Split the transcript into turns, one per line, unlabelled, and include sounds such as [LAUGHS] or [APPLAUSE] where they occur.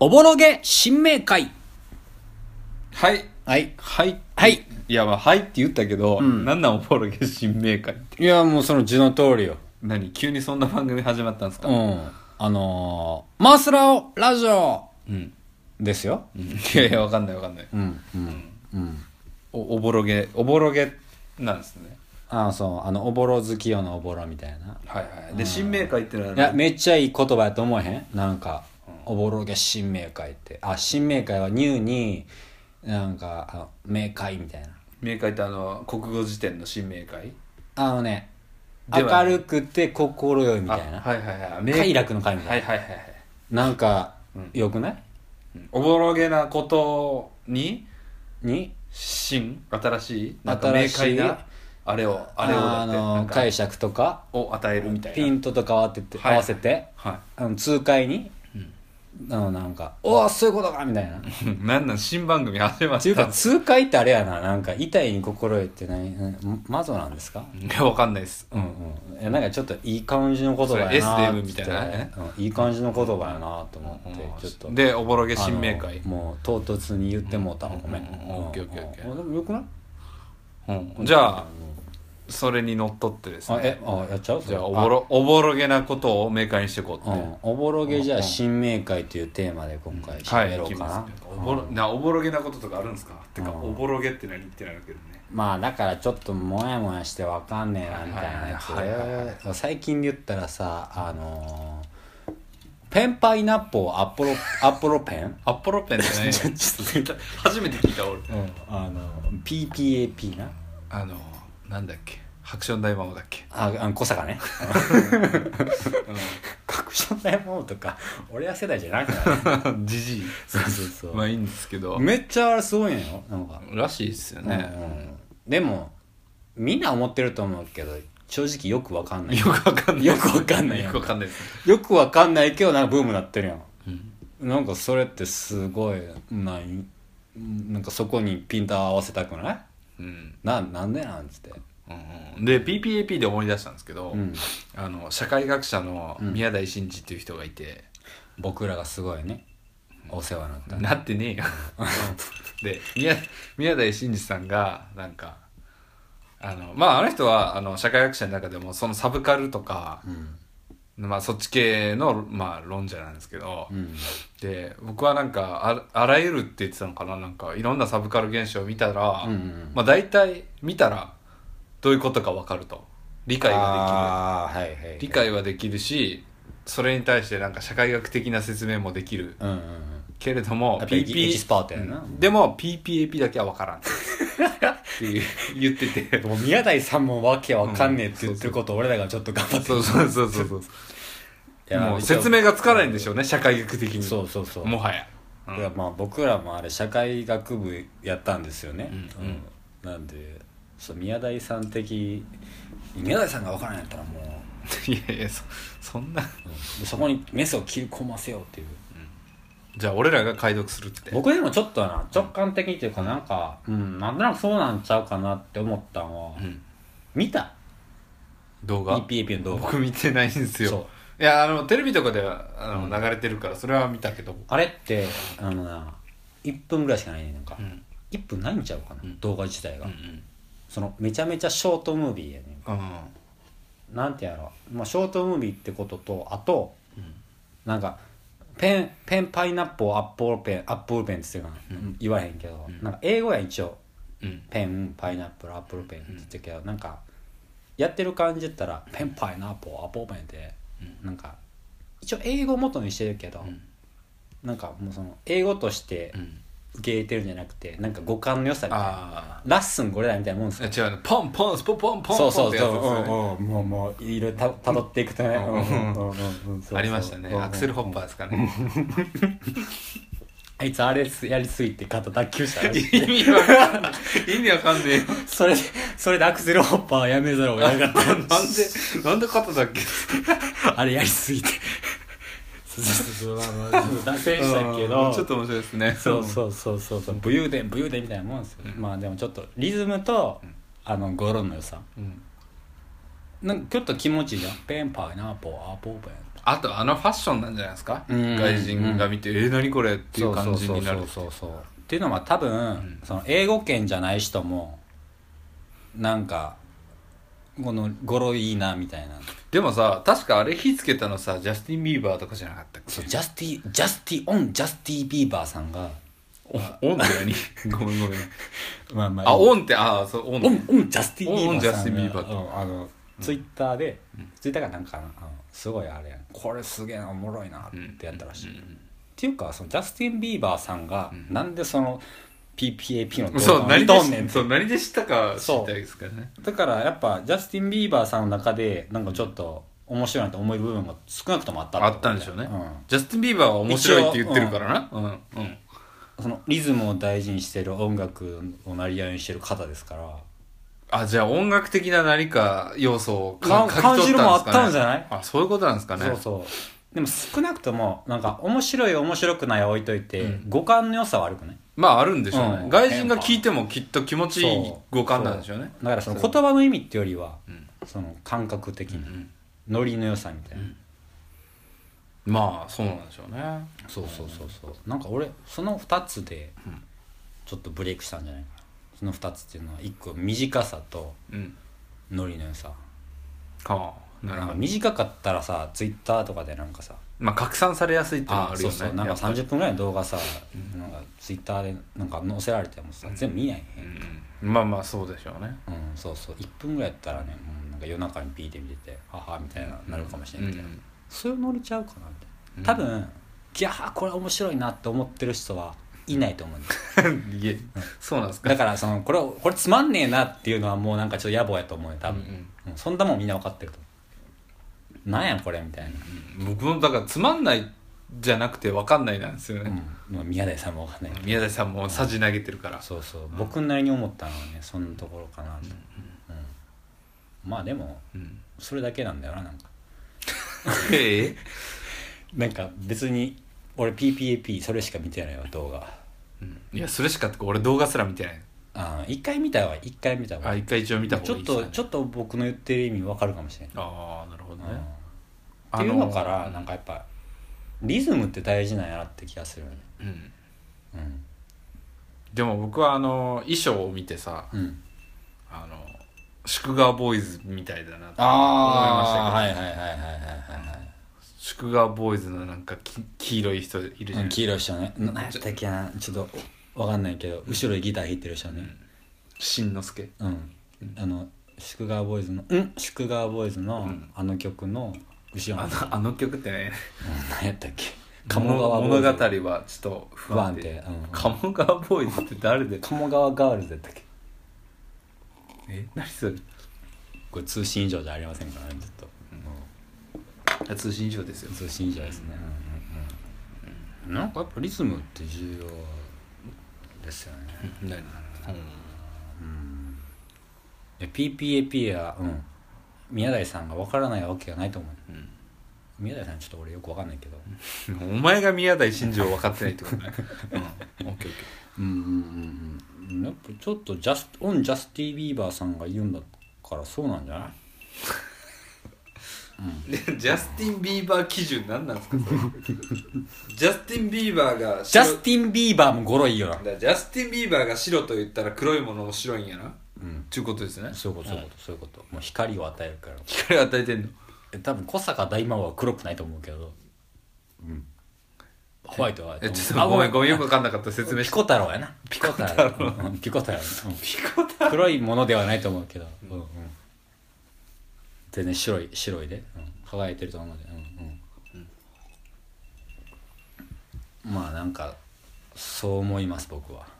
おぼろげ新明会。
はい
はい。
はい
はい
いやまあはいって言ったけど、なんなんおぼろげ新明会って
いや、もうその字の通りよ。
何急にそんな番組始まったんですか、
うん。あのー、マースラオラジオ
うん
ですよ。
いやいやわかんないわかんない、
うん。うん。うん。
おおぼろげおぼろげなんですね
ああ、そう。あの、おぼろ好きよのおぼろみたいな。
はいはいで新明会ってのはい
や、めっちゃいい言葉やと思えへんなんか、おぼろげ新明会って。あ、新明会はニューに、なんか、あの明会みたいな。
明会ってあの国語辞典の新明会
あのね、
ではな
明
い
るくて心よいみ
み
たいな。
はいはいはい明
快楽の会みた
はいいはいはいはい
な。なんか、よくない
うんおぼろげなことに
に
新新しいなんか明
新しい
快なあれをあれをだって
の
なんか
解釈とか
を与えるみたいな
ピントとかを当てて、
はい
合わせて
は
あの痛快に、あのなんか「おおそういうことか!」みた
[LAUGHS]
いな。っ
いなんなん新番組始まって
いう
た
か
んです
痛快ってあれやななんか痛いに心得って何うんマゾなんですか
いやわかんないです
うんうんいやなんかちょっといい感じの言葉やな
それ
って
SDM みたいなね
うんいい感じの言葉やなと思って、ちょっと
でおぼろげ
あの
新明会
もう唐突に言ってもうたのごめん
うんうんうんオッケーオッケーオッケー
うんあでもよくない
うんじゃあそれにのっとってです
あえ
ね
あやっちゃう
じゃあおぼろおぼろげなことを明快にしていこう
う
っ
ん
て、
おぼろげじゃあ新明会というテーマで今回
は
締
い
めろうかな、
いきますおぼろなおぼろげなこととかあるんですかてか
うん
おぼろげって何ってなるけどね
まあだからちょっとモヤモヤしてわかんねえなみたいなやつ、
はいはいはい
最近で言ったらさあのーペンパイナッポーアポロアポロペン、
アッポロペンじゃない [LAUGHS] ちょっと初めて聞いた俺
あの PPAP な
あのなんだっけハクション大魔王だっ
[LAUGHS]
け
ああの小坂ね [LAUGHS] 確証ないものとか俺ら世代じゃないから、ね、
じじい
そうそうそ
まあいいんですけど
めっちゃあれすごいのよなんから
しいっすよ
う
ね
んでもみんな思ってると思うけど正直よくわかんない
よくわかんない
よくわかんない
よくわかんないです
よくわかんないけどなんかブームなってるやん
うん
なんかそれってすごいないなんかそこにピント合わせたくない
うん
ななんでなんつって
うんうんで PPAP で思い出したんですけど
うん
あの社会学者の宮台真司っていう人がいて
僕らがすごいねお世話になった
なってねえよで宮宮台真司さんがなんかあのまああの人はあの社会学者の中でもそのサブカルとか、
うん
まあ、そっち系の、まあ、論者なんですけど、
うん
で僕はなんかああらゆるって言ってたのかななんかいろんなサブカル現象を見たら、
うんうん
まあ、大体見たらどういうことか分かると理解が
あーはいはいは
で
い
きる理解はできるしそれに対してなんか社会学的な説明もできる
うんうんうん
けれども
やっぱりエキスパートやな
うんでも PPAP だけは分からんっていう言ってて
でも宮台さんもわけわかんねえって言ってること俺らがちょっと頑張って
そうそうそうそうそう
いや
もう説明がつかないんでしょうね社会学的に
そうそうそう
もはや、うん
いやまあ僕らもあれ社会学部やったんですよね、
うんうん
なんでそう宮台さん的宮台さんが分からんやったらもう
いやいやそそんな
うんそこにメスを切り込ませようっていう
じゃあ俺らが解読するって
僕でもちょっとな直感的っていうかなんか、うん、なんとなくそうなんちゃうかなって思ったのは、
うん
見た
動画
EPAP の動画
僕見てないんですよ
そ
いやあのテレビとかではあの流れてるからそれは見たけど、
あれってあのな1分ぐらいしかないねなんか、
うん
一1分ないんちゃうかな、
ん
動画自体が、
うん
そのめちゃめちゃショートムービーやねん
うん
なんてやろう、まあ、ショートムービーってこととあと、なんかペンペンパイナップルアップルペンアップルペンって言ってるかな、言わへんけど、なんか英語やん一応
うん
ペンパイナップルアップルペンって言ってるけど、なんかやってる感じ言ったらペンパイナップルアップルペンって、なんか一応英語元にしてるけど、なんかもうその英語として受け入れてるんじゃなくてなんか語感の良さみたいな
あ
ラッスンこれだみたいなもんです
あ違うねポンポンスポポンポン
そ
ポン
うそう
ってや
そう、
つですよね
うんうんもうもういろいろたたどっていくとね、
ん
うんうんうんそうそう
ありましたね
うんうん
アクセルホッパーですかね
あいつあれすやりすぎて肩脱臼したらしい
意味わかんない意味わかんねえよ
それでそれでアクセルホッパーやめざるを得なかっ
なんでなんで肩だっけ
たあれやりすぎてそうそうそうまあまあちょっと脱線したけ
う
ど
んちょっと面白いですね
そうそうそうそうそう武勇伝武勇伝みたいなもんですよ、まあでもちょっとリズムと、あの語呂の良さ
うん、
なんかちょっと気持ちいいじゃんペンパイナーポーアーポーペン
あとあのファッションなんじゃないですか、
うん
外人が見て「え何これ?」っていう感じになる
そうそうそうそうそうっていうのは多分、
ん
その英語圏じゃない人もなんかこの語呂いいなみたいな
でもさ確かあれ火つけたのさジャスティン・ビーバーとかじゃなかったっ
そう
け
ジャスティジャスティオンジャスティビーバーさんが
オンって
[LAUGHS]
何ごめんごめん
まあま
あ
オン
オンってああそうオン
オンオンジャスティビー
オ
バ
ン
ー
ジャス
さ
ティ
ん
ン
が
ビーバーと
うんあのツイッターで、ツイッターがなんかなあのすごいあれやんこれすげえなおもろいなってやったらしい、っていうかそのジャスティン・ビーバーさんが、なんでその PPAP の動
そ
画
う
を見
何
とんねん
で
って
そう何で知ったか知りたいですからね
だからやっぱジャスティン・ビーバーさんの中でなんかちょっと面白いなって思える部分が少なくともあったて
あっ
こと
たんでしょうね、ジャスティン・ビーバーは面白いって言ってるからなうんう
う
ん
ん、そのリズムを大事にしてる音楽をなりわいにしてる方ですから
あじゃあ音楽的な何か要素を
か感じるもんあったんじ
ゃ
ゃない、
あそういうことなんですかね
そうそうでも少なくともなんか面白い面白くないは置いといて、
うん
五感の良さは悪くない
まああるんでしょうね、
うん
外人が聞いてもきっと気持ちいい
そう
五感なんでしょうね
だからその言葉の意味ってよりは
うん
その感覚的
う
な、
ん
ノリの良さみたいな、
まあそうなんでしょうね
そうそうそうそうなんか俺その2つで
うん
ちょっとブレイクしたんじゃないかなその2つっていうのは1個短さと
うん
ノリの良さ
はあなる
なん
ほ
か
ど
短かったらさツイッターとかでなんかさ
まあ拡散されやすいっていうのはある
そ
よ
う
ね
そうなんか
やっぱ
30分ぐらいの動画さなんかツイッターでなんか載せられてもさ全部見ないへん
うんまあまあそうでしょうね
うんそうそう1分ぐらいやったらねもうなんか夜中にピーって見ててははみたいななるかもしれないけど
うん
そういうノリちゃうかなみたい
うん
な多分いやーこれ面白いなって思ってる人はいないと思うんです
[LAUGHS] いえそうなんですか
だからそのこれをこれつまんねえなっていうのはもうなんかちょっと野暮やと思うよ多分、
うんうん
うんそんなもんみんな分かってると思うなんやこれみたい
うん僕もだからつまんないじゃなくて分かんないなんですよ
な、
ね、
うんまあ、宮台さんも分かんないけど、
宮崎さんもさじ投げてるから
そうそう僕なりに思ったのはねそんなところかなと、うんまあでも
うん
それだけなんだよななんか
ええ
なんか別に俺 PPAP それしか見てないわ動画
うんいやそれしかってか俺動画すら見てない
あー一回見たわ一回見たわ
あ一回一応見た方
ち
が
ょ
い
っ
いですか
と
ね
ちょっと僕の言ってる意味分かるかもしれない
ああなるほど
うん
ね
っていうのから、
あの
なんかやっぱリズムって大事なんやなって気がするよね
うん
うん
でも僕はあの衣装を見てさ
うん
あの祝賀ボーイズみたいだなと
ああ
思いましたけど
はいはいはいはいはいはい
祝賀ボーイズのなんかき黄色い人いるじ
は
ゃないい、
黄色い人ねな何やったっけなちょっと分かんないけど後ろでギター弾いてる人ね
しんのすけ
うん、あの祝賀ボーイズの「うん祝賀ボーイズの」
うん
あの曲の後ろ
あ
の、
[LAUGHS] のあの曲ってね
うん何やったっけ
物
鴨川ボ
物語
ーイズ
はちょっと
不
不
安
安
定
定、
うん、
鴨川ボーイズって誰で
鴨川ガールズやったっけ
え何それ
これ通信以上じゃありませんからねちょっと、
あ通信上ですよ
通信以上ですね、うんうんうん、なんかやっぱリズムって重要ですよね
何
いや PPAP は、うん、宮台さんが分からないわけがないと思う
うん
宮台さんちょっと俺よく分かんないけど
お前が宮台真司を分かってないってことね。うん。オッケーオッケー。
うんうんうんうんやっぱちょっとジャスオン・ジャスティ・ビーバーさんが言うんだからそうなんじゃない
でジャスティン・ビーバー基準何なんですか [LAUGHS] それジャスティン・ビーバーが
ジャ
白
スティン・ビーバーもゴロいいよな
だからジャスティン・ビーバーが白と言ったら黒いものも白いんやな
うん
ちゅうことですね
そういうことそういうことそういうこともう光を与えるから
光を与えてんの
え多分小坂大魔王は黒くないと思うけどうんホワイトは
えちょっとごめんごめんよく分かんなかった説明
ピ
し
コ太郎やなピコ太郎うんピコ太郎うん
ピコ太
黒いものではないと思うけど、うんうん、全然白い白いで、うん輝いてると思うので、うんうんまあなんかそう思います僕は。